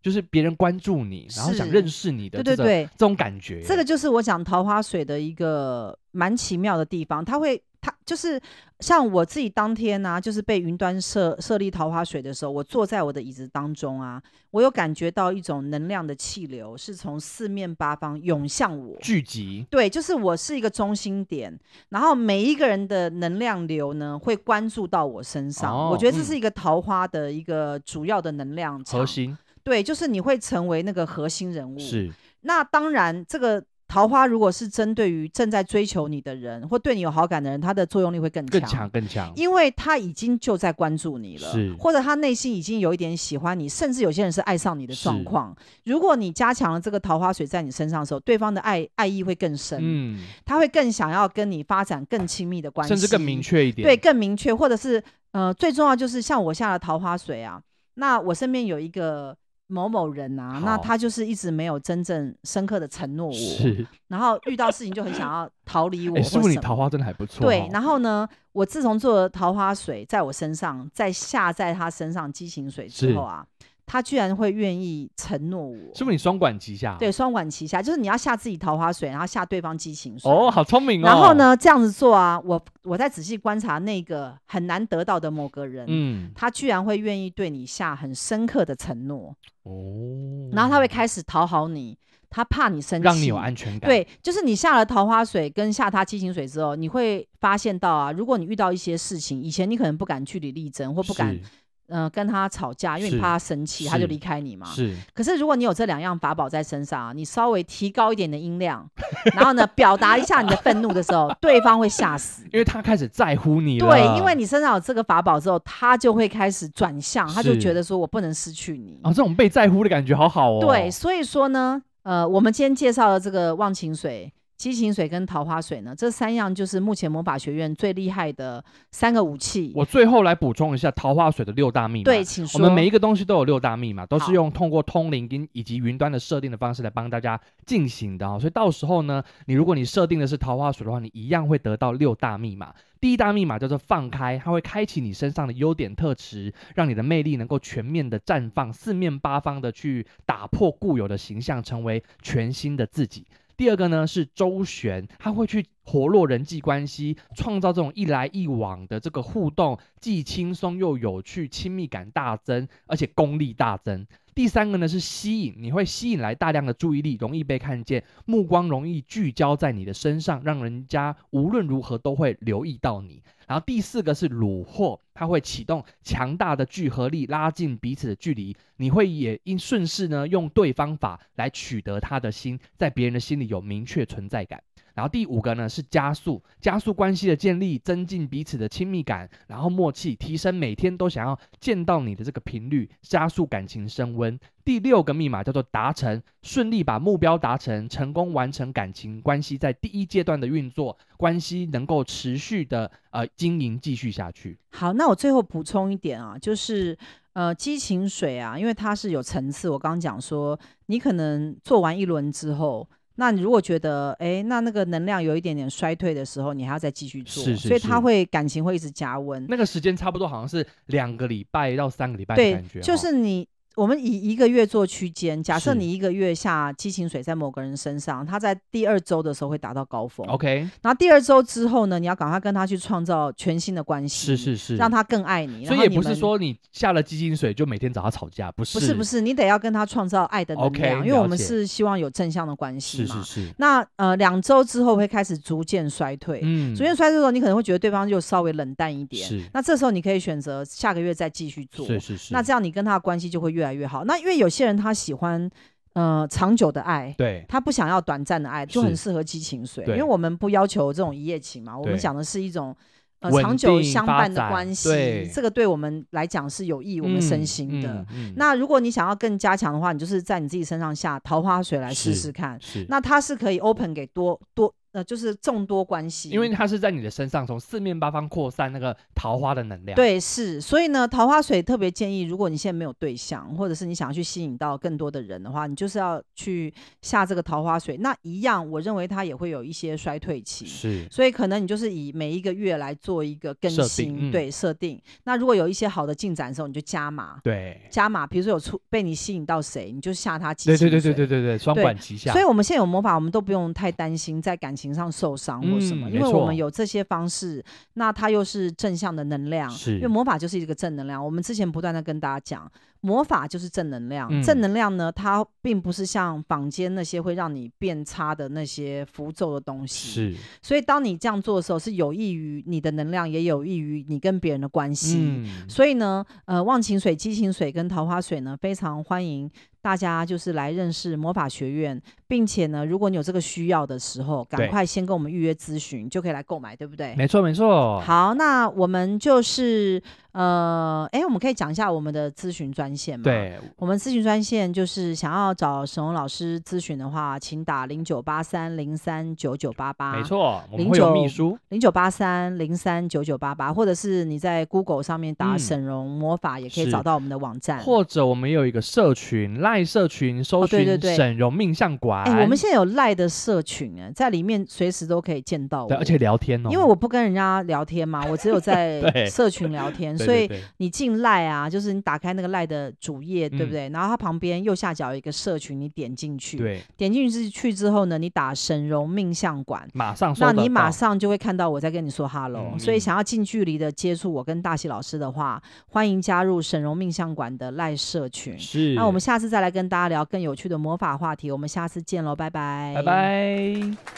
B: 就是别人关注你，然后想
A: 是
B: 认识你的
A: 对对
B: 这种
A: 对，
B: 这种感觉。
A: 这个就是我讲桃花水的一个蛮奇妙的地方，它会。它就是像我自己当天呢、就是被云端设设立桃花水的时候，我坐在我的椅子当中啊，我有感觉到一种能量的气流是从四面八方涌向我。
B: 聚集，
A: 对，就是我是一个中心点，然后每一个人的能量流呢会关注到我身上。
B: 哦
A: 我觉得
B: 嗯
A: 这是一个桃花的一个主要的能量
B: 核
A: 场。
B: 心
A: 对，就是你会成为那个核心人物。
B: 是
A: 那当然，这个桃花如果是针对于正在追求你的人或对你有好感的人，它的作用力会更
B: 更强更强，
A: 因为他已经就在关注你了
B: 是，
A: 或者他内心已经有一点喜欢你，甚至有些人是爱上你的
B: 是
A: 状况。如果你加强了这个桃花水在你身上的时候，对方的爱爱意会更深，
B: 嗯，
A: 他会更想要跟你发展更亲密的关系，
B: 甚至更明确一点。
A: 对，更明确，或者是呃，最重要就是像我下了桃花水啊，那我身边有一个某某人啊，那
B: 好
A: 他就是一直没有真正深刻的承诺我，
B: 是，
A: 然后遇到事情就很想要逃离我
B: 哎，
A: 或
B: 师
A: 什
B: 傅
A: 么。
B: 你桃花真的还不错哦。
A: 对，然后呢，我自从做了桃花水在我身上，再下在他身上激情水之
B: 是
A: 后啊，他居然会愿意承诺我。
B: 师傅你双管齐下。
A: 对，，双管齐下，就是你要下自己桃花水，然后下对方激情水。
B: 哦，好聪明哦。
A: 然后？呢，这样子做啊，我我再仔细观察那个很难得到的某个人，
B: 嗯，
A: 他居然会愿意对你下很深刻的承诺，
B: 哦，
A: 然后他会开始讨好你，他怕你生气，
B: 让你有安全感。
A: 对，就是你下了桃花水跟下他激情水之后，你会发现到啊，如果你遇到一些事情，以前你可能不敢据理力争，或不敢
B: 是
A: 呃跟他吵架，因为你
B: 是
A: 怕他生气，他
B: 是
A: 就离开你嘛。
B: 是
A: 可是如果你有这两样法宝在身上啊，你稍微提高一点的音量，然后呢表达一下你的愤怒的时候，对方会吓死。
B: 因为他开始在乎你了。
A: 对，因为你身上有这个法宝之后，他就会开始转向，他就是觉得说我不能失去你。
B: 啊，这种被在乎的感觉好好哦。
A: 对，所以说呢，呃，我们今天介绍的这个忘情水、激情水跟桃花水呢，这三样就是目前魔法学院最厉害的三个武器。
B: 我最后来补充一下桃花水的六大密码。
A: 对，，请
B: 我
A: 说。
B: 们每一个东西都有六大密码，都
A: 好
B: 是用通过通灵跟以及云端的设定的方式来帮大家进行的哦。所以到时候呢，你如果你设定的是桃花水的话，你一样会得到六大密码。第一大密码叫做放开，它会开启你身上的优点特质，让你的魅力能够全面的绽放，四面八方的去打破固有的形象，成为全新的自己。第二个呢是周旋，他会去活络人际关系，创造这种一来一往的这个互动，既轻松又有趣，亲密感大增，而且功力大增。第三个呢是吸引，你会吸引来大量的注意力，容易被看见，目光容易聚焦在你的身上，让人家无论如何都会留意到你。然后第四个是虏获，它会启动强大的聚合力，拉近彼此的距离。你会也因顺势呢，用对方法来取得他的心，在别人的心里有明确存在感。然后第五个呢是加速，加速关系的建立，增进彼此的亲密感，然后默契，提升每天都想要见到你的这个频率，加速感情升温。第六个密码叫做达成，顺利把目标达成，成功完成感情关系在第一阶段的运作，关系能够持续的呃经营继续下去。
A: 好，那我最后补充一点啊，就是呃，激情水啊，因为它是有层次。我刚刚讲说，你可能做完一轮之后，那你如果觉得诶，那那个能量有一点点衰退的时候，你还要再继续做，
B: 是是
A: 所以
B: 是
A: 它会感情会一直加温。
B: 那个时间差不多好像是两个礼拜到三个礼拜的
A: 对
B: 感觉，，
A: 就
B: 哦
A: 是你。我们以一个月做区间，假设
B: 是
A: 你一个月下激情水在某个人身上，他在第二周的时候会达到高峰，
B: OK，
A: 然后第二周之后呢，你要赶快跟他去创造全新的关系，
B: 是是是，
A: 让他更爱你。
B: 所
A: 然
B: 以
A: 后
B: 也
A: 你
B: 不是
A: 们
B: 说你下了基金水就每天找他吵架，不是
A: 不是不是，你得要跟他创造爱的能
B: OK，
A: 量因为我
B: 了
A: 们
B: 解
A: 是希望有正向的关系
B: 是
A: 嘛。
B: 是是，
A: 那呃，两周之后会开始逐渐衰退，
B: 嗯
A: 逐渐衰退的时候，你可能会觉得对方就稍微冷淡一点。
B: 是
A: 那这时候你可以选择下个月再继续做，
B: 是是是，
A: 那这样你跟他的关系就会越来越好。那因为有些人他喜欢呃长久的爱。
B: 对
A: 他不想要短暂的爱，就很
B: 是
A: 适合激情水，因
B: 对
A: 为我们不要求这种一夜情嘛，我们
B: 对
A: 讲的是一种呃
B: 稳
A: 长久
B: 定
A: 相
B: 发
A: 伴的
B: 展
A: 关系
B: 对，
A: 这个对我们来讲是有益我们身
B: 嗯
A: 心的。
B: 嗯嗯
A: 那如果你想要更加强的话，你就是在你自己身上下桃花水来试
B: 是
A: 试看。
B: 是
A: 那它是可以 open 给多多呃，就是众多关系，
B: 因为它是在你的身上从四面八方扩散那个桃花的能量。，
A: 对，是，所以呢，桃花水特别建议，如果你现在没有对象，或者是你想要去吸引到更多的人的话，你就是要去下这个桃花水。那一样，我认为它也会有一些衰退期，
B: 是
A: 所以可能你就是以每一个月来做一个更
B: 设定
A: 新，
B: 嗯
A: 对设定。那如果有一些好的进展的时候，你就加码，
B: 对，
A: 加码，比如说有出被你吸引到谁，你就下他几
B: 对对对对对对对，双
A: 对
B: 管齐下。
A: 所以，我们现在有魔法，我们都不用太担心在感情上受伤或什么，
B: 嗯
A: 因
B: 没
A: 为我们
B: 错
A: 有这些方式，那它又是正向的能量。
B: 是
A: 因为魔法就是一个正能量。我们之前不断的跟大家讲，魔法就是正能量。
B: 嗯
A: 正能量呢，它并不是像坊间那些会让你变差的那些符咒的东西。。
B: 是，
A: 所以，当你这样做的时候，是有益于你的能量，也有益于你跟别人的关系。
B: 嗯，
A: 所以呢，呃，忘情水、激情水跟桃花水呢，非常欢迎大家就是来认识魔法学院，并且呢，如果你有这个需要的时候，赶
B: 对
A: 快先跟我们预约咨询，就可以来购买，对不对？
B: 没错没错。
A: 好，那我们就是呃，哎，我们可以讲一下我们的咨询专线吗？，
B: 对，
A: 我们咨询专线就是想要找沈荣老师咨询的话，请打零九八三零三九九八八，
B: 没错，我们
A: 啊零
B: 会有
A: 九
B: 秘书。
A: 零九八三零三九九八八，或者是你在 Google 上面打“
B: 嗯
A: 沈荣魔法”，也可以
B: 是
A: 找到我们的网站。
B: 或者我们也有一个社群，赖社群，搜
A: 哦对对
B: 寻
A: 对
B: 沈荣命相馆。
A: 哎、我们现在有赖的社群哎，在里面随时都可以见到我。
B: 对，而且聊天哦，
A: 因为我不跟人家聊天嘛，我只 有在
B: 对
A: 社群聊天，
B: 对
A: 所以
B: 对对
A: 你进赖啊，就是你打开那个赖的主页，对不
B: 嗯
A: 对？然后它旁边右下角有一个社群，你点进去，
B: 对
A: 点进去去之后呢，你打“沈荣命相馆”，
B: 马上搜
A: 那
B: 啊得
A: 你马
B: 到
A: 上就会看到我在跟你说 hello，、
B: 嗯
A: 所以
B: 嗯
A: 想要近距离的接触我跟大喜老师的话，欢迎加入沈荣命相馆的赖社群。
B: 是。
A: 那我们下次再来跟大家聊更有趣的魔法话题，我们下次见喽，拜拜，
B: 拜。拜。